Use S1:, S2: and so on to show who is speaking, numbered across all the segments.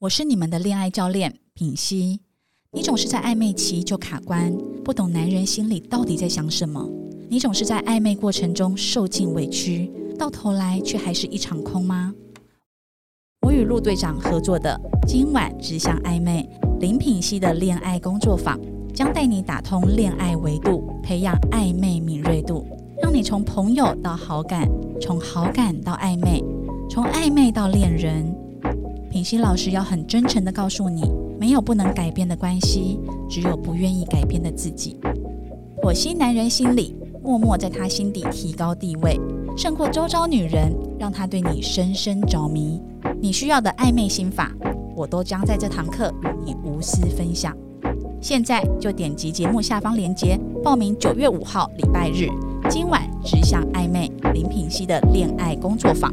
S1: 我是你们的恋爱教练品熙。你总是在暧昧期就卡关，不懂男人心里到底在想什么。你总是在暧昧过程中受尽委屈，到头来却还是一场空吗？我与陆队长合作的《今晚只想暧昧》林品熙的恋爱工作坊，将带你打通恋爱维度，培养暧昧敏锐度，让你从朋友到好感，从好感到暧昧，从暧昧到恋人。品熙老师要很真诚的告诉你，没有不能改变的关系，只有不愿意改变的自己。剖析男人心理，默默在他心底提高地位，胜过周遭女人，让他对你深深着迷。你需要的暧昧心法，我都将在这堂课与你无私分享。现在就点击节目下方链接报名九月五号礼拜日，今晚只想暧昧林品熙的恋爱工作坊。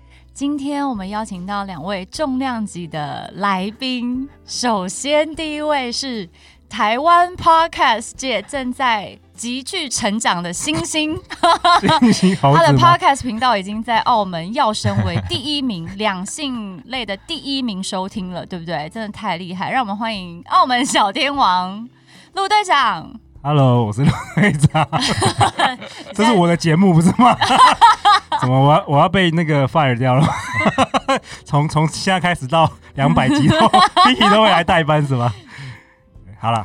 S2: 今天我们邀请到两位重量级的来宾，首先第一位是台湾 Podcast 界正在急剧成长的星星，
S3: 好
S2: 他的
S3: 子吗？
S2: Podcast 频道已经在澳门要升为第一名，两性类的第一名收听了，对不对？真的太厉害！让我们欢迎澳门小天王陆队长。
S3: Hello，我是陆队 长，这是我的节目不是吗？怎么我要我要被那个 fire 掉了？ 从从现在开始到两百集都 一起都会来代班是吗？好了，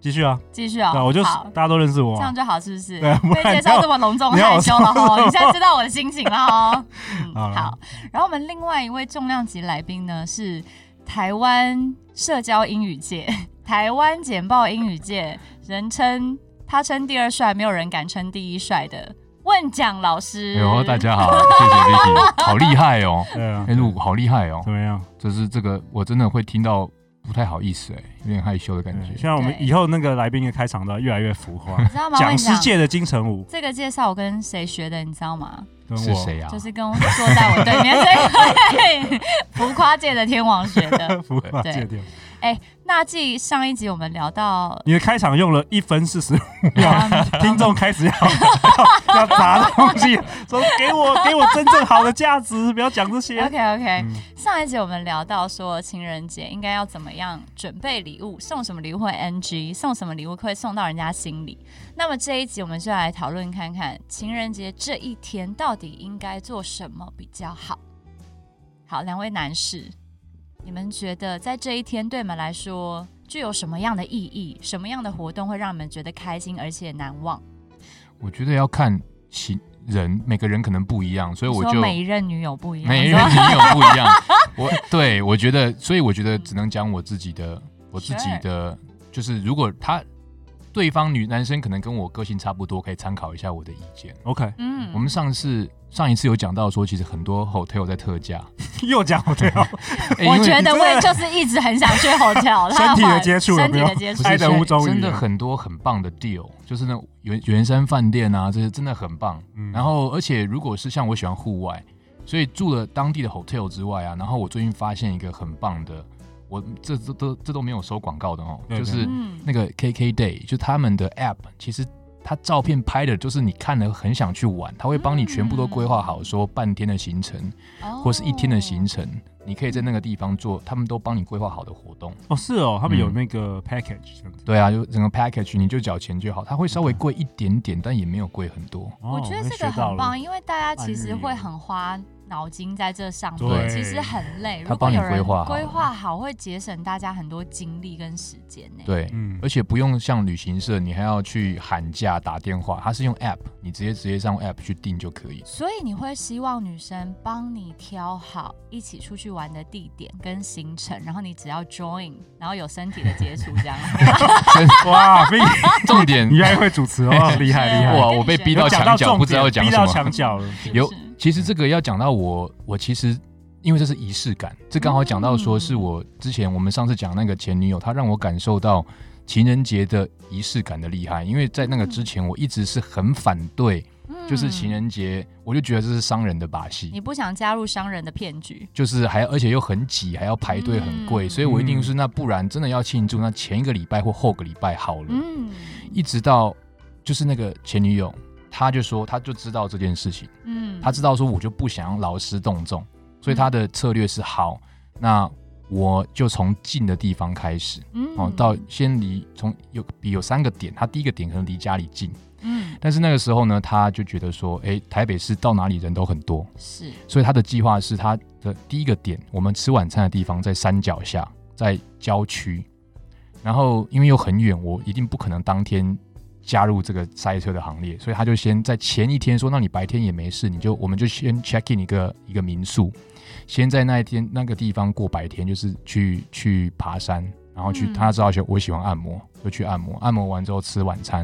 S3: 继续啊，
S2: 继续哦，
S3: 对啊，我就
S2: 好，
S3: 大家都认识我
S2: 这
S3: 啊
S2: 样，就好，是不是？
S3: 对啊不然
S2: 被介绍这么隆重
S3: 你要
S2: 害羞了
S3: 你要我
S2: 哈，
S3: 说
S2: 你现在知道我的心情了哈。 嗯，
S3: 好了
S2: 好。然后我们另外一位重量级来宾呢是台湾社交英语界、 台湾简报英语界，人称他称第二帅，没有人敢称第一帅的问讲老师。
S4: 哎呦，大家好，
S2: 嗯
S4: 谢谢 Vicky，好厉害哦！
S3: 对啊
S4: 哎、，陆好厉害哦
S3: 怎！么样？
S4: 就是这个，我真的会听到不太好意思、哎，有点害羞的感
S3: 对
S4: 觉。
S3: 希望我们
S2: 对
S3: 以后那个来宾的开场都要越来越浮夸，
S2: 你知道吗？
S3: 讲
S2: 问
S3: 师
S2: 讲
S3: 界的金城武
S2: 这个介绍我跟谁学的，你知道吗？
S3: 跟
S4: 是
S3: 我，
S4: 谁啊？
S2: 就是跟我坐在我 对面 这位浮夸界的天王学 的。
S3: 浮夸
S2: 对
S3: 界的。
S2: 那继上一集我们聊到
S3: 你的开场用了一分四 十
S2: 嗯
S3: 听众开始要要要砸东西，说给我给我真正好的价值，不要讲 这些。
S2: OK OK，、上
S4: 嗯
S2: 一集我们聊到说情人节应该要怎么样准备礼物，送什么礼物会 NG，送什么礼物会送到人家心里。那么这一集我们就来讨论看看情人节这一天到底应该做什么比较好。好，两位男士，你们觉得在这一天对你们来说具有什么样的意义？什么样的活动会让你们觉得开心而且难忘？
S4: 我觉得要看情人，每个人可能不一样，所以
S2: 你
S4: 我
S2: 说
S4: 就
S2: 每一任女友不一样，
S4: 每一
S2: 你
S4: 任
S2: 说
S4: 女友不 一样。我对我觉得，所以我觉得只能讲我自己的，我自己的，就是如果他对方女男生可能跟我个性差不多，可以参考一下我的意见。
S3: OK，
S2: 嗯
S4: 我们上次上一次有讲到说，其实很多 hotel 在特 价，
S3: 又讲我对哦，
S4: 哎因
S2: 我
S4: 为
S2: 觉得
S3: 你
S2: 我
S3: 这
S2: 也就是一直很想去 hotel，
S3: 身体的
S2: 他把
S3: 接触了
S2: 身体
S3: 没
S2: 的
S3: 有
S2: 接触
S4: 不，
S3: 拍
S4: 是
S3: 得无中
S4: 真
S3: 语
S4: 的
S3: 啊
S4: 很多很棒的 deal，就是那种圆圆山饭店啊，这些真的很棒。
S3: 嗯
S4: 然后，而且如果是像我喜欢户外，所以住了当地的 hotel 之外啊，然后我最近发现一个很棒的，我这这都这都没有收广告的哦，
S3: 对
S4: 就是
S2: 嗯，
S4: 那个 KK Day，就他们的 app，其实它照片拍的就是你看了很想去玩，它会帮你全部都规划好，说半天的行程或是一天的行
S2: 哦，
S4: 程，你可以在那个地方做，他们都帮你规划好的活动。
S3: 哦是哦，他们有
S4: 嗯
S3: 那个 package 这样子。
S4: 对啊，就整个 package 你就缴钱就好，它会稍
S3: 嗯
S4: 微贵一点点，但也没有贵很多。
S2: 我
S3: 哦
S2: 觉得
S3: 又
S2: 这
S3: 学
S2: 个
S3: 到
S2: 很
S3: 了
S2: 棒，因为大家其
S3: 半日
S2: 实
S3: 游
S2: 会很花脑筋在这上面，
S3: 对
S2: 其实很累。
S4: 他
S2: 如果
S4: 帮你
S2: 有人
S4: 规划好
S2: 规划好，会节省大家很多精力跟时间呢。
S4: 对，
S3: 嗯
S4: 而且不用像旅行社，你还要去喊价打电话，它是用 app，你直接直接上 app 去订就可以。
S3: 啊
S2: 所以你会希望女生帮你挑好一起出去玩的地点跟行程，然后你只要 join，然后有身体的接触这样。
S3: 哇，被
S4: 重点
S3: 你，原来会主持哦， 厉害厉害。
S4: 哇，我被逼
S3: 有
S4: 到
S3: 讲
S4: 墙角，
S3: 重
S4: 不知道要
S3: 点，
S4: 讲
S3: 逼
S4: 什
S3: 到
S4: 么。
S3: 墙角了。
S4: 有
S2: 是，
S4: 其实这个要讲到我，我其实因为这是仪式感。这刚好讲到说，是我之前我们上次讲那个前女友，她让我感受到情人节的仪式感的厉害。因为在那个之前，我一直是很反对，就是情人节，我就觉得这是商人的把
S2: 嗯你
S4: 戏，
S2: 不想加入商人的骗局，
S4: 就是还而且又很挤，还要排队，很贵，
S2: 嗯
S4: 所以我一定
S3: 嗯
S4: 是那不然真的要庆祝，那前一个礼拜或后个礼拜好了。
S2: 嗯
S4: 一直到就是那个前女友，她就说她就知道这件事情。
S2: 嗯，
S4: 他知道说我就不想要劳师动众，所以他的策略是好，那我就从近的地方开始，
S2: 嗯
S4: 哦，到先离从有比有三个点，他第一个点可能离家里近，
S2: 嗯
S4: 但是那个时候呢，他就觉得说，诶，台北市到哪里人都很多，
S2: 是
S4: 所以他的计划是他的第一个点，我们吃晚餐的地方在山脚下，在郊区，然后因为又很远，我一定不可能当天加入这个塞车的行列，所以他就先在前一天说，那你白天也没事，你就我们就先 check in 一个一个民宿，先在那一天那个地方过白天，就是去去爬山，然后去、
S2: 嗯
S4: 他知道我喜欢按摩，就去按摩，按摩完之后吃晚餐，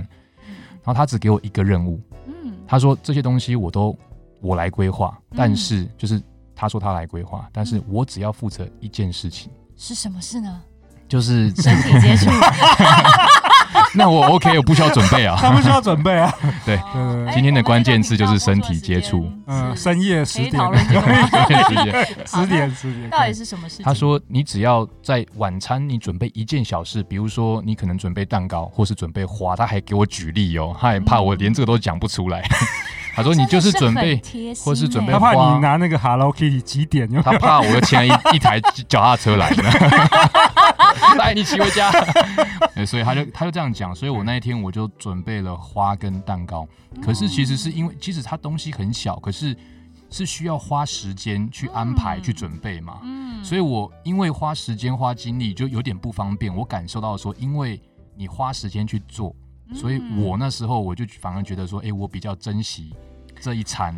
S4: 然后他只给我一个任务，
S2: 嗯
S4: 他说这些东西我都我来规划，
S2: 嗯
S4: 但是就是他说他来规划，但是我只要负责一件事情，
S2: 是什么事 呢？
S4: 就是
S2: 身体接触， 哎
S4: 那我 OK，我不需要准备
S3: 他
S4: 啊。
S3: 们需要准 备啊，
S4: 对
S2: 哦哎
S4: 今天的
S2: 我们
S4: 关键
S2: 那个
S4: 字就是
S2: 频道
S4: 身
S2: 工作时
S4: 体接
S2: 间
S4: 触
S3: 嗯，
S2: 是
S3: 深夜
S2: 可
S3: 十
S2: 以
S3: 点
S2: 讨，论这个吗
S3: 十点十点，
S2: 到底是什么事情？
S4: 他说你只要在晚餐你准备一件小事，比如说你可能准备蛋糕或是准备花，他还给我举例哦，他也怕我连这个都讲不出 来。他
S2: 哎
S4: 说你就是准备，或是准备
S3: 他怕你拿那个 Hello Kitty 几点？有没有
S4: 他怕我又牵了一一台脚踏车来呢， 带你骑回家。对所以他就他就这样讲，所以我那一天我就准备了花跟蛋糕。可是其实是因为，其实它东西很小，可是是需要花时间去安排、
S2: 嗯
S4: 去准备嘛。
S2: 嗯
S4: 所以我因为花时间花精力就有点不方便，我感受到说，因为你花时间去做，
S2: 嗯
S4: 所以我那时候我就反而觉得说，哎、我比较珍惜这一餐，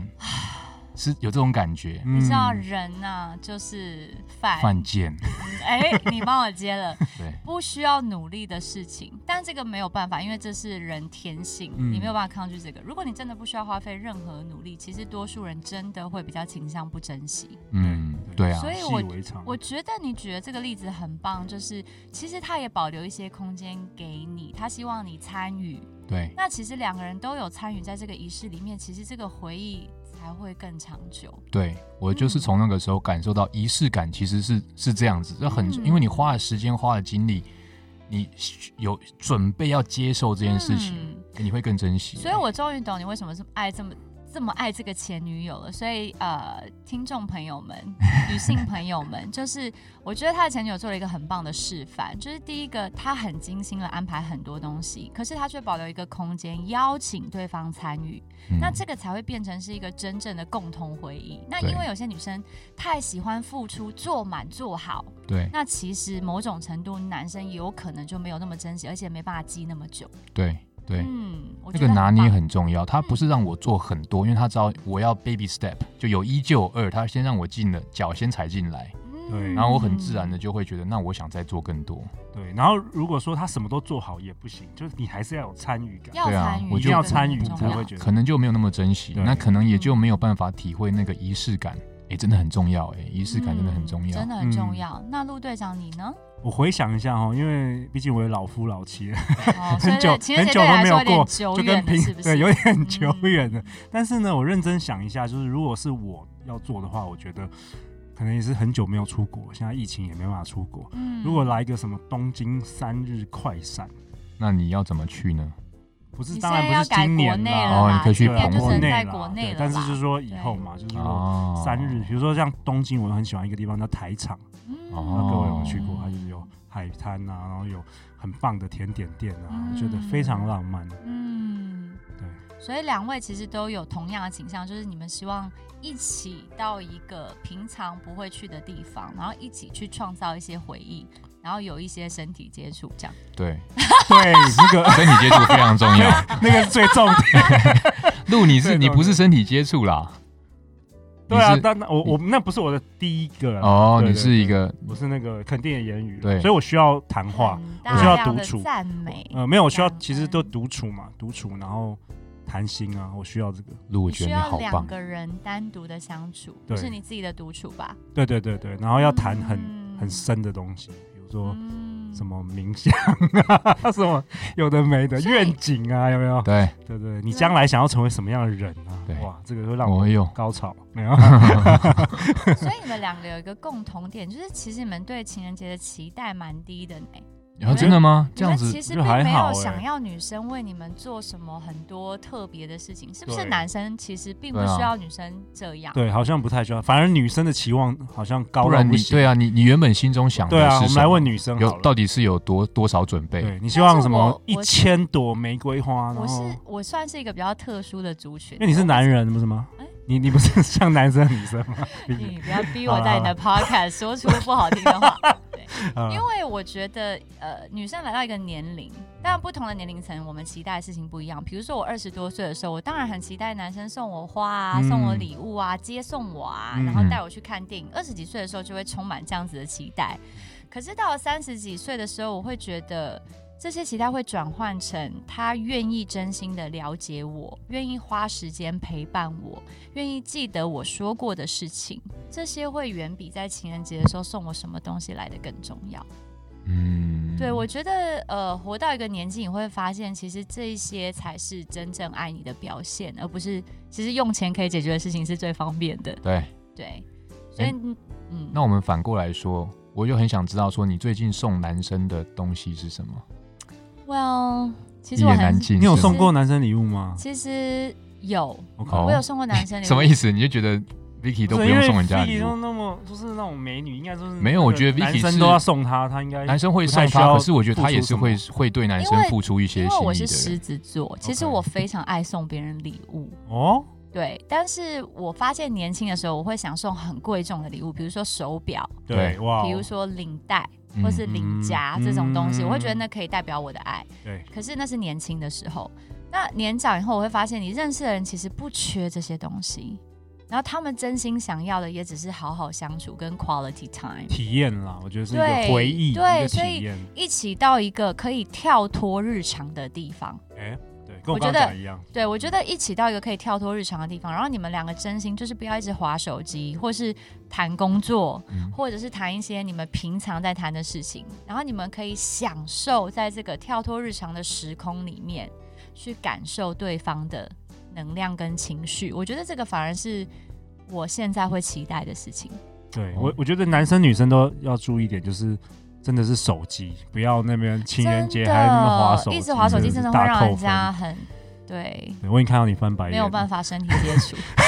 S4: 是有这种感觉。
S3: 嗯
S2: 你知道人呐、就是饭。
S4: 犯贱，
S2: 哎、你帮我接了，
S4: 对。
S2: 不需要努力的事情，但这个没有办法，因为这是人天性，
S3: 嗯
S2: 你没有办法抗拒这个。如果你真的不需要花费任何努力，其实多数人真的会比较倾向不珍惜。
S4: 嗯，对啊
S2: 所，以
S3: 习
S2: 我
S3: 以为常，
S2: 我觉得你举的这个例子很棒，就是其实他也保留一些空间给你，他希望你参与。
S4: 对，
S2: 那其实两个人都有参与在这个仪式里面，其实这个回忆才会更长久。
S4: 对我
S2: 嗯
S4: 就是从那个时候感受到仪式感其实是是这样子，这很
S2: 嗯
S4: 因为你花了时间，花了精力，你有准备要接受这件事情，
S2: 嗯
S4: 你会更珍惜。
S2: 所以我终于懂你为什么是爱这么这么爱这个前女友了。所以呃，听众朋友们、女性朋友们，就是我觉得他的前女友做了一个很棒的示范，就是第一个，他很精心的安排很多东西，可是他却保留一个空间，邀请对方参与，
S4: 嗯
S2: 那这个才会变成是一个真正的共同回忆。那
S4: 对
S2: 因为有些女生太喜欢付出、做满、做好，
S4: 对
S2: 那其实某种程度男生有可能就没有那么珍惜，而且没办法记那么久。
S4: 对对，
S2: 嗯，我
S4: 那
S2: 觉得嗯
S4: 个拿
S2: 很
S4: 捏
S2: 棒
S4: 很重要，他不是让我做很多，因为他知道我要 baby step，就有一就有二，他先让我进了脚先踩进来，
S3: 对
S2: 嗯
S4: 然后我很自然的就会觉得，那我想再做更多。
S3: 对。然后如果说他什么都做好也不行，就是你还是要有参与感，
S2: 要
S4: 对啊
S2: 参与，
S4: 我
S3: 一定
S4: 就
S3: 要
S2: 对
S3: 参与
S2: 很重
S3: 嗯才
S2: 要
S3: 会觉
S4: 可
S3: 得。
S4: 能就没有那么珍惜，
S3: 对
S4: 那可能也就没有办法体会那个仪式感。哎，真的很重要，哎，仪式感真的很重要
S2: 真。的很重
S3: 嗯
S2: 要。那陆队长你 呢？
S3: 我回想一下哦，因为毕竟我也老夫老妻了，
S2: 哦，所以
S3: 很久
S2: 情人
S3: 很
S2: 节对
S3: 久都
S2: 你来
S3: 没
S2: 说
S3: 有
S2: 有点
S3: 过
S2: 久
S3: 就跟
S2: 远了，
S3: 平
S2: 是不
S3: 对
S2: 是？
S3: 有点
S2: 嗯
S3: 久远的。但是呢，我认真想一下，就是如果是我要做的话，我觉得可能也是很久没有出国，现在疫情也没办法出国。
S2: 嗯
S3: 如果来一个什么东京三日快闪，
S4: 那你要怎么去呢？
S3: 不是
S2: 你
S3: 当
S2: 现在
S3: 然不
S2: 要
S3: 是
S2: 改
S3: 今
S2: 国
S3: 年
S2: 内
S3: 啦啊
S2: 了
S4: 哦
S2: 啦，
S4: 你可以去
S2: 今年
S4: 澎
S2: 就
S4: 湖
S2: 只能
S3: 内
S2: 在
S3: 啦
S2: 国
S3: 对
S2: 内了啦，
S3: 但是就是说以
S2: 对
S3: 后嘛，就是说
S4: 哦，
S3: 三日，比如说像东京，我很喜欢一个地方叫台场，
S2: 嗯
S3: 不知道哦各位有没有去过
S2: 嗯？
S4: 哦
S3: 它就是有海滩啊，然后有很棒的甜点店啊，
S2: 嗯
S3: 我觉得非常浪漫。
S2: 嗯，
S3: 对，
S2: 所以两位其实都有同样的倾向，就是你们希望一起到一个平常不会去的地方，然后一起去创造一些回忆，然后有一些身体接触，这样。
S4: 对，
S3: 对，那个
S4: 身体接触非常重 要。
S3: 那个是最重点。
S4: 路，你是
S3: 对
S4: 你不是身体接触啦？
S3: 对啊
S4: 你，是
S3: 但我我那不是我的第一个啦，
S4: 哦，
S3: 对
S4: 你
S3: 对
S4: 是一个
S3: 我是那个肯定的言语啦，
S4: 对
S3: 所以我需要谈话
S2: 很，
S3: 我需要
S2: 嗯大量
S3: 独
S2: 的
S3: 处。
S2: 赞美，嗯
S3: 呃，没有，我需要
S2: 感
S3: 其实都
S2: 恩
S3: 独处嘛，独处，然后谈心啊，我需要这个。
S4: 如果
S2: 你
S4: 觉
S2: 需
S4: 得你
S2: 要
S4: 好棒
S2: 两，个人单独的相处，不
S3: 对
S2: 是你自己的独处吧？
S3: 对对对对，然后要谈很、
S2: 嗯
S3: 很深的东西，比如说
S2: 嗯
S3: 什么 冥想啊， 什么有的没的
S2: 所以
S3: 愿景啊，有没有？
S4: 对，
S3: 对对，你将来想要成为什么样的人啊
S4: 对？
S3: 哇，这个会让我
S4: 我有啊
S3: 高潮，没有？
S2: 所以你们两个有一个共同点，就是其实你们对情人节的期待蛮低的呢。
S4: 然后真的吗？
S2: 你
S4: 这样
S2: 们
S4: 子
S2: 其实
S3: 就
S2: 并
S3: 还
S2: 没
S3: 好
S2: 有
S3: 欸
S2: 想要女生为你们做什么很多特别的事情，是不是？
S3: 对
S2: 男生其实并不
S4: 对啊
S2: 需要女生这样。
S3: 对，好像不太需要，反而女生的期望好像高
S4: 不
S3: 到
S4: 然
S3: 不
S4: 你
S3: 行。
S4: 对啊，你你原本心中想的
S3: 对啊，我
S4: 是
S3: 们
S4: 什
S3: 来问
S4: 么？
S3: 女生好
S4: 有
S3: 了，
S4: 到底是有多多少准备？
S3: 对你希望什
S2: 但是
S3: 么
S2: 我
S3: 一
S2: 我是
S3: 千朵玫瑰花？啊然
S2: 我是
S3: 后，
S2: 我算是一个比较特殊的族群，
S3: 因为你是男人不是吗
S2: 哎？
S3: 你你不是像男生女生吗？
S2: 你不要逼我在你的 podcast 说出不好听的话，
S3: 啊
S2: 因为我觉得，呃，女生来到一个年龄，当然不同的年龄层，我们期待的事情不一样。比如说我二十多岁的时候，我当然很期待男生送我花啊，
S3: 嗯
S2: 送我礼物啊，接送我啊，
S3: 嗯
S2: 然后带我去看电影。二十几岁的时候就会充满这样子的期待，可是到了三十几岁的时候，我会觉得。这些期待会转换成他愿意真心的了解我，愿意花时间陪伴我，愿意记得我说过的事情，这些会远比在情人节的时候送我什么东西来的更重要。
S4: 嗯，
S2: 对我觉得，呃，活到一个年纪，你会发现，其实这一些才是真正爱你的表现，而不是其实用钱可以解决的事情是最方便的。
S4: 对。
S2: 对，所以，嗯，
S4: 哎那我们反过来说，我就很想知道说你最近送男生的东西是什么？
S2: well，其
S4: 一
S2: 实我
S4: 言难
S2: 很，
S4: 尽。
S3: 你有
S4: 是吗
S3: 送过男生礼物吗？
S2: 其实有，
S3: 我
S4: 哦
S3: 靠
S2: 我有送过男 生礼物，
S4: 什么意思？你就觉得 Vicky 都不用送人家
S3: 因为
S4: 礼
S3: Vicky 都
S4: 物？
S3: 那么就是那种美女，应该就是
S4: 没有我觉得 Vicky
S3: 男生
S4: 是
S3: 都要送她，她应该
S4: 男生会送
S3: 不太需
S4: 他，
S3: 要
S4: 可是我觉得他也是会
S3: 付
S4: 会对男生付出一些
S2: 因为我
S4: 心意
S2: 是
S4: 的
S2: 狮。
S4: 人
S2: 子座，其实
S3: OK
S2: 我非常爱送别人礼物。
S3: 哦，
S2: 对，但是我发现年轻的时候，我会想送很贵重的礼物，比如说手表，
S3: 对
S4: 对
S3: 哇哦，
S2: 比如说领带
S4: 嗯
S2: 或是领夹
S3: 嗯
S2: 这种东西，
S3: 嗯
S2: 我会觉得那可以代表我的爱。
S3: 对
S2: 可是那是年轻的时候，那年长以后，我会发现你认识的人其实不缺这些东西，然后他们真心想要的也只是好好相处跟 quality time。
S3: 体验啦，我觉得是一
S2: 对
S3: 个回忆，一
S2: 对
S3: 个
S2: 所
S3: 体
S2: 以
S3: 验。
S2: 一起到一个可以跳脱日常的地方，
S3: 哎，对，跟
S2: 我
S3: 我
S2: 觉
S3: 刚
S2: 得
S3: 刚讲的一样，
S2: 对我觉得一起到一个可以跳脱日常的地方，然后你们两个真心就是不要一直划手机，或是谈工作，
S4: 嗯
S2: 或者是谈一些你们平常在谈的事情，然后你们可以享受在这个跳脱日常的时空里面，去感受对方的能量跟情绪。我觉得这个反而是我现在会期待的事情。
S3: 对
S4: 哦
S3: 我我觉得男生女生都要注意一点，就是真的是手机，不要那边情人节
S2: 真
S3: 还
S2: 的
S3: 那么划手机，
S2: 一直划手机真的会让人
S3: 大
S2: 家
S3: 扣
S2: 很对。
S3: 分。对我已经看到你翻白眼，
S2: 没有办法身体接触，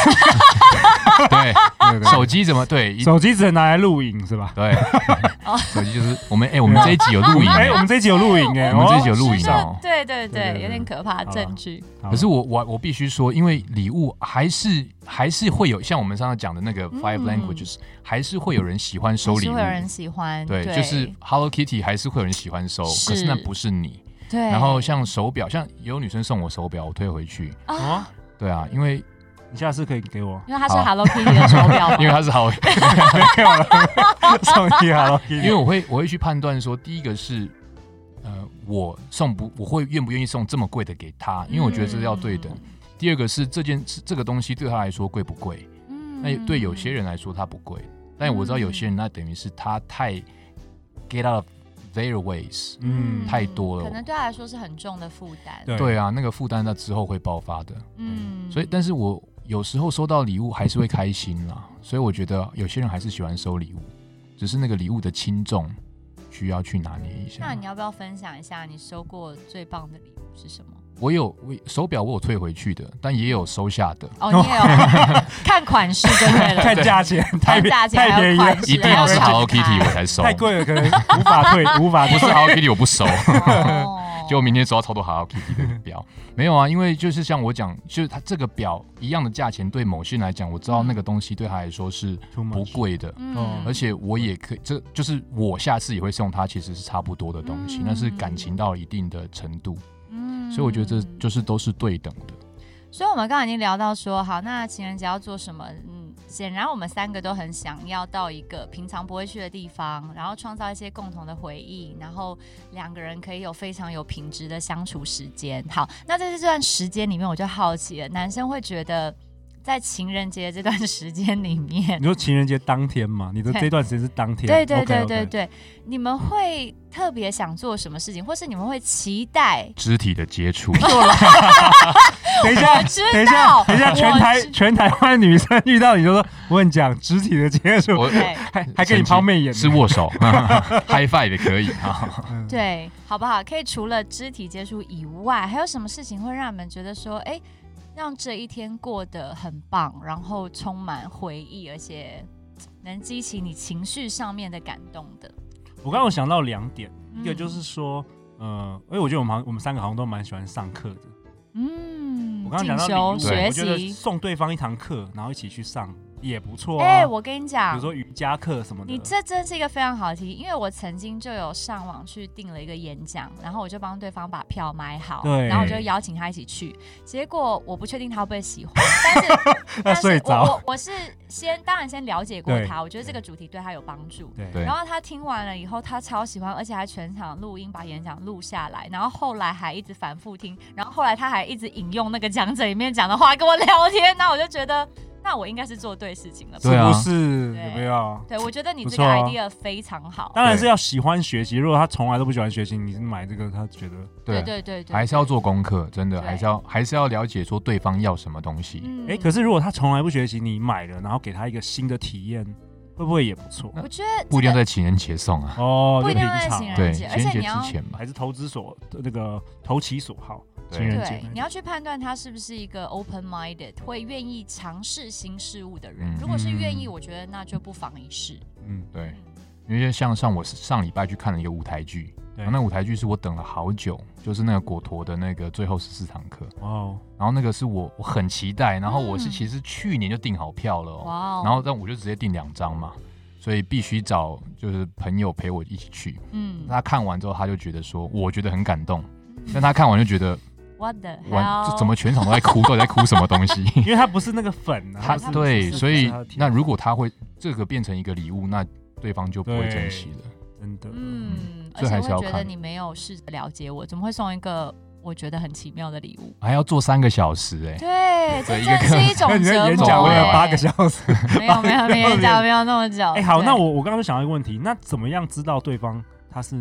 S4: 对，
S3: 对，对对
S4: 手机怎么对？一
S3: 手机只能拿来录影 是吧？
S4: 对
S2: 哦，
S4: 手机就是我们哎，我们这一集有录影
S3: 哎，我
S4: 哎，
S3: 们这一集有录影哎，
S4: 我们这一集
S3: 哦
S4: 有录影
S2: 这
S4: 哦。
S2: 对对
S3: 对
S2: 对，
S3: 对对
S2: 有点可怕
S3: 好
S2: 证
S3: 了
S2: 据。
S3: 好
S4: 可是我我我必须说，因为礼物还是还是会有像我们上次讲的那个 Five
S2: 嗯
S4: Languages，还是会有人喜欢收
S2: 还
S4: 礼
S2: 是
S4: 物
S2: 会。有人喜欢，
S4: 对，就是 Hello Kitty 还是会有人喜欢收，可
S2: 是
S4: 是那不是你。
S2: 对。
S4: 然后像手表，像有女生送我手表，我退回去。
S3: 哦，
S4: 对啊，因为
S3: 你下次可以给 我
S2: 因为它是
S4: 好
S2: Hello Kitty 的手表嘛，
S4: 因为它是好，
S2: 哦
S3: 送你好 了，
S4: 因为我会我会去判断说，第一个是，呃，我送不我会愿不愿意送这么贵的给他，因为我觉得这是要对等。第二个是这件是这个东西对他来说贵不贵？
S2: 嗯。
S4: 那对有些人来说它不贵，但我知道有些人那等于是他太 get out of their ways。
S3: 嗯，
S4: 太多了
S2: 可能对他来说是很重的负担。
S3: 对
S4: 对啊，那个负担那之后会爆发的。
S2: 嗯
S4: 所以，但是我有时候收到礼物还是会开心啦，所以我觉得有些人还是喜欢收礼物，只是那个礼物的轻重需要去拿捏一
S2: 那
S4: 下
S2: 你。要不要分享一下你收过最棒的礼物是什么？
S4: 我有我手表，我有退回去的，但也有收下的，
S2: 哦，你也有看款式就对 了，
S3: 看价钱，太
S2: 看价钱
S3: 太
S2: 还
S3: 便
S2: 有
S3: 宜了
S2: 款，式，
S4: 一定要
S2: 还
S4: 是
S2: 有
S4: Hello
S2: 品
S4: Kitty 我
S2: 牌
S4: 才收，
S3: 太贵了，可能无 法退，无法
S4: 不
S3: 退
S4: 是 Hello Kitty 我不收。
S2: 哦
S4: 就明天收到超多 Hello Kitty 的表，没有啊，因为就是像我讲，就是它这个表一样的价钱，对某些人来讲，我知道那个东西对他来说是
S3: 出门
S4: 不贵的，
S2: 嗯
S4: 而且我也可以，这就是我下次也会送他，其实是差不多的东西，
S2: 嗯
S4: 那是感情到一定的程度，
S2: 嗯
S4: 所以我觉得这就是都是对等的。
S2: 所以我们刚刚已经聊到说，好，那情人节要做什么？嗯，显然我们三个都很想要到一个平常不会去的地方，然后创造一些共同的回忆，然后两个人可以有非常有品质的相处时间。好，那在这段时间里面，我就好奇了，男生会觉得在情人节这段时间里面
S3: 你，说情人节当天嘛？你的
S2: 对
S3: 这段时间是当天，
S2: 对对对
S3: OK，OK
S2: 对对，你们会特别想做什么事情，或是你们会期待？
S4: 肢体的 接触，
S2: 哦
S3: 等一
S2: 我
S3: 下，
S2: 知
S3: 等一下，
S2: 道，
S3: 等一 下，
S2: 我
S3: 全台
S2: 知
S3: 全台湾女生遇到你就说， 我跟你讲，肢体的接触，
S4: 我
S2: 对
S3: 还还跟你抛媚眼，
S4: 是 握手，high five 也可以啊。
S3: 嗯，
S2: 对，好不好？可以除了肢体接触以外，还有什么事情会让你们觉得说，哎，让这一天过得很棒，然后充满回忆，而且嘖能激起你情绪上面的感动的？
S3: 我刚刚有想到两点，一个
S2: 嗯
S3: 就是说，呃，因为我觉得我们好像我们三个好像都蛮喜欢上课的。
S2: 嗯，
S3: 我刚刚
S2: 进
S3: 讲
S2: 修
S3: 到礼物，
S2: 学
S3: 我觉得
S2: 习。
S3: 送对方一堂课，然后一起去上也不错啊。
S2: 哎、我跟你
S3: 比
S2: 讲
S3: 如，说瑜伽课什么的，
S2: 你这真是一个非常好的提议，因为我曾经就有上网去订了一个演讲，然后我就帮对方把票买好，
S3: 对
S2: 然后我就邀请他一起去。结果我不确定他会不会喜欢，但是
S3: 那
S2: 但是
S3: 睡
S2: 我
S3: 着，
S2: 我我是先当然先了解过
S3: 对
S2: 他，我觉得这个主题对他有帮助。
S3: 对
S4: 对
S2: 然后他听完了以后，他超喜欢，而且还全场录音把演讲录下来，然后后来还一直反复听，然后后来他还一直引用那个讲者里面讲的话跟我聊天，那我就觉得，那我应该是做对事情了吧。
S4: 对
S3: 是
S4: 啊
S3: 不是？
S2: 对
S3: 有没有？
S2: 对，我觉得你
S3: 不
S2: 这个
S3: 错啊
S2: idea 非常好。
S3: 当然是要喜欢学习。如果他从来都不喜欢学习，你买这个，他觉得，
S2: 对
S4: 对，
S2: 对对对，
S4: 还是要做功课，真的
S2: 对
S4: 还是要还是要了解说对方要什么东西。
S2: 嗯
S3: 哎，可是如果他从来不学习，你买了，然后给他一个新的体验，会不会也不错？
S2: 我觉得
S4: 不一定要
S2: 这个
S4: 在情人节送 啊，
S3: 哦，
S2: 不一定
S3: 就
S2: 要在
S3: 平常
S2: 情人
S4: 对，
S2: 节
S4: 情
S2: 而
S4: 人
S2: 且
S4: 节
S2: 你要
S4: 之前嘛，
S3: 还是投资所呃那个投其所好，
S4: 对
S3: 情人节
S2: 对，你要去判断他是不是一个 open minded，会愿意尝试新事物的人。
S4: 嗯
S2: 如果是愿意，
S4: 嗯
S2: 我觉得那就不妨一试。
S3: 嗯，
S4: 对
S2: 嗯，
S4: 因为像上我上礼拜去看了一个舞台剧，
S3: 对
S4: 然后那舞台剧是我等了好久，就是那个果陀的那个最后十四堂课，
S3: 哦，
S4: 然后那个是我我很期待，然后我是
S2: 嗯
S4: 其实去年就订好票了、哦，
S2: 哇哦！
S4: 然后但我就直接订两张嘛，所以必须找就是朋友陪我一起去。
S2: 嗯
S4: 他看完之后，他就觉得说，我觉得很感动，但他看完就觉得
S2: ，What the
S4: 完
S2: hell？
S4: 这怎么全场都 在哭，到底在哭什么东西？
S3: 因为他不是那个粉啊，
S4: 他
S3: 不是
S4: 对，
S3: 不是
S4: 所以
S3: 不是他的体
S4: 那
S3: 验
S4: 如果他会这个变成一个礼物，那对方就不会珍惜了。
S3: 真的，
S2: 嗯，而
S4: 这
S2: 且
S4: 还
S2: 会
S4: 是要
S2: 觉得
S4: 看
S2: 你没有试着了解我，怎么会送一个我觉得很奇妙的礼物？
S4: 还要做三个小时哎、
S2: 对，这
S4: 对一
S2: 真的
S4: 个
S2: 是一
S3: 那
S2: 种
S3: 你的
S2: 折
S3: 演
S2: 磨。
S3: 讲我
S4: 我
S3: 也
S4: 也
S3: 有
S4: 有
S2: 哎
S3: 八个小时。
S2: 没有没有 没有演讲没有那么久。
S3: 哎，好，
S2: 对
S3: 那我我刚刚就想到一个问题，那怎么样知道对方他是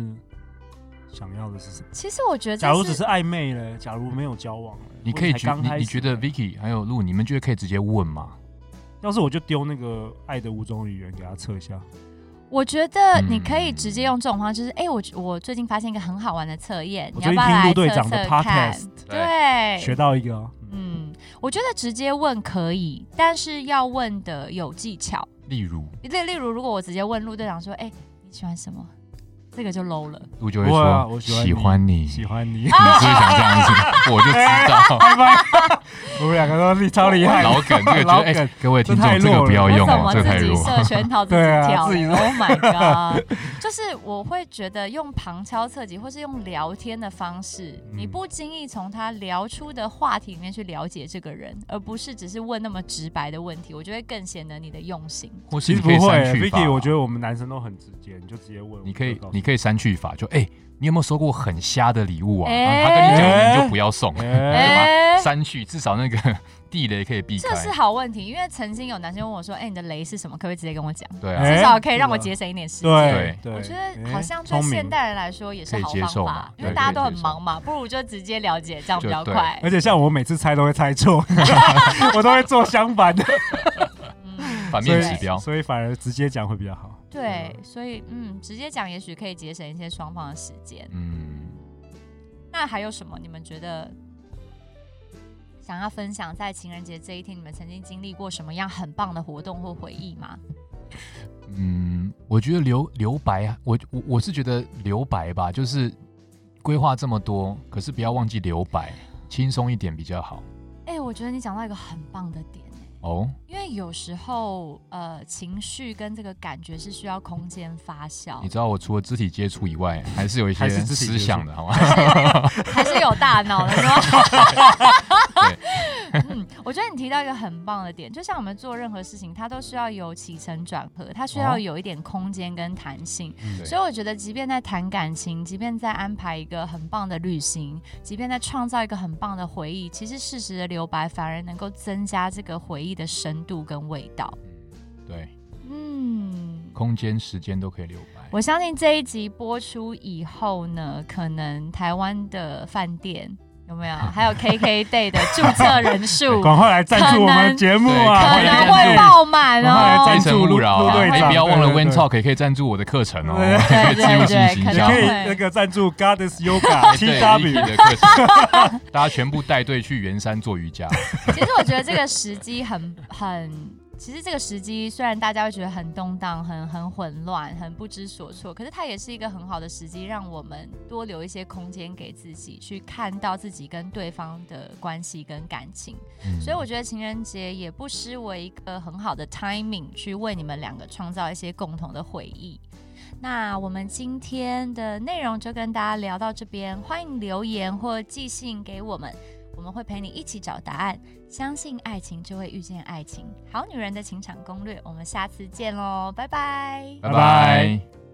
S3: 想要的是什么？
S2: 其实我觉得
S3: 假如
S2: 这
S3: 只
S2: 是
S3: 是暧昧了，假如没有交往了，
S4: 你可以
S3: 或者才
S4: 觉
S3: 刚
S4: 你
S3: 开始
S4: 你觉得 Vicky 还有露，你们觉得可以直接问吗？
S3: 要是我就丢那个《爱的五种语言》给他测一下，
S2: 我觉得
S3: 嗯
S2: 你可以直接用这种方式，就是哎、我我最近发现一个很好玩的测验，
S3: 我
S2: 你要
S3: 最
S2: 不
S3: 近
S2: 要
S3: 听
S2: 来
S3: 陆队
S2: 测
S3: 长的
S2: 测看？
S3: podcast 学
S2: 对，
S3: 到一个哦，嗯
S2: 嗯，我觉得直接问可以，但是要问的有技巧。
S4: 例如，
S2: 例例如，如果我直接问陆队长说，哎、你喜欢什么？这个就 low 了。
S4: 露就会
S3: 不会啊
S4: 说
S3: 我喜欢你
S4: 喜欢你，
S3: 喜欢你，
S4: 你是不是想这样子？我就知
S3: 哎
S4: 道。
S3: 我们两个都是超厉害的，
S4: 老梗，这个觉
S3: 老
S4: 得哎、
S3: 梗
S4: 各位听
S3: 这太
S4: 众，
S3: 弱了
S4: 这个不要
S2: 我
S4: 用
S3: 啊
S2: 怎
S4: 哦
S2: 么，
S4: 这个太
S2: 自己
S4: 弱。
S2: 设圈 套自己
S3: 对啊
S2: 跳、
S3: 自己
S2: o h my god！就是我会觉得用旁敲侧击，或是用聊天的方式，
S3: 嗯
S2: 你不经意从他聊出的话题里面去了解这个人，而不是只是问那么直白的问题，我觉得更显得你的用心。
S4: 或是
S3: 其
S4: 你
S3: 实不
S4: 可以
S3: 会
S4: 删去法
S3: ，Vicky，我觉得我们男生都很直接，你就直接问，
S4: 你可以
S3: 我就告诉
S4: 你可以删去法，就哎、你有没有收过很瞎的礼物啊？
S2: 哎
S4: 啊他跟你讲，你就不要送，
S3: 哎
S2: 哎、
S4: 删去，至少那个地雷可以避开
S2: 这。是好问题，因为曾经有男生问我说：“哎、你的雷是什么？可不可以直接跟我讲？
S4: 对啊，
S3: 哎
S2: 至少可以让我节省一点时间。
S3: 对
S4: 对
S3: 对，
S2: 我觉得好像
S3: 哎
S2: 对
S3: 聪
S2: 现
S3: 明。
S2: 代人来说也是
S4: 可以
S2: 好
S4: 接
S2: 方
S4: 受
S2: 法
S4: 嘛，
S2: 因为
S4: 对
S2: 大家
S4: 可以
S2: 都很
S4: 接受
S2: 忙嘛，不如就直接了解，这样比
S4: 就
S2: 较
S4: 对
S2: 快。
S3: 而且像我每次猜都会猜错， 我都会做相反的，
S2: 嗯
S4: 反
S3: 所
S4: 面
S3: 以
S4: 指标。
S3: 所以反而直接讲会比较好。
S2: 对，所以嗯，直接讲也许可以节省一些双方的时间。
S4: 嗯，
S2: 那还有什么你们觉得想要分享在情人节这一天，你们曾经经历过什么样很棒的活动或回忆吗？
S4: 嗯，我觉得留留白啊，我我我是觉得留白吧，就是规划这么多，可是不要忘记留白，轻松一点比较好
S2: 哎、我觉得你讲到一个很棒的点、哎，
S4: 哦。
S2: 因为有时候呃，情绪跟这个感觉是需要空间发酵
S4: 你，知道我除了肢体接触以外，还是有一
S3: 还
S4: 些
S3: 是肢体接触
S4: 思想的，好吗？
S2: 还是有大脑的是吧？嗯，我觉得你提到一个很棒的点，就像我们做任何事情，它都需要有起承转合，它需要
S4: 哦
S2: 有一点空间跟弹性。
S4: 嗯
S2: 所以我觉得，即便在谈感情，即便在安排一个很棒的旅行，即便在创造一个很棒的回忆，其实适时的留白反而能够增加这个回忆的深度跟味道。
S4: 对，
S2: 嗯，
S4: 空间、时间都可以留白。
S2: 我相信这一集播出以后呢，可能台湾的饭店有没 有，还有 KK Day 的注册人数
S3: 赶快来赞助我们节目啊！
S4: 可
S2: 可
S3: 欢迎
S2: 能
S3: 赞
S2: 会
S3: 助
S2: 爆满
S3: 赶快来
S2: 哦
S3: 赞
S4: 非。
S3: 助
S4: 诚勿扰
S3: 陆
S4: 啊！
S3: 队长
S4: 哎，不要忘了
S3: 对对
S4: Win Talk 也可以赞助我的课程哦，
S2: 对
S4: 可以
S2: 对
S4: 自由
S2: 对，
S4: 行
S2: 可
S4: 销
S3: 可以
S2: 能
S3: 那
S2: 会。
S3: 个赞助 Goddess Yoga
S4: 哎对
S3: TW，
S4: Vicky 的课程，大家全部带队去圆山做瑜伽，
S2: 其实我觉得这个时机很很。其实这个时机虽然大家会觉得很动荡、很很混乱、很不知所措，可是它也是一个很好的时机，让我们多留一些空间给自己，去看到自己跟对方的关系跟感情。
S4: 嗯
S2: 所以我觉得情人节也不失为一个很好的 timing，去为你们两个创造一些共同的回忆。那我们今天的内容就跟大家聊到这边，欢迎留言或寄信给我们，我们会陪你一起找答案。相信爱情就会遇见爱情，好女人的情场攻略，我们下次见喽，拜拜。
S4: 拜
S3: 拜拜
S4: 拜。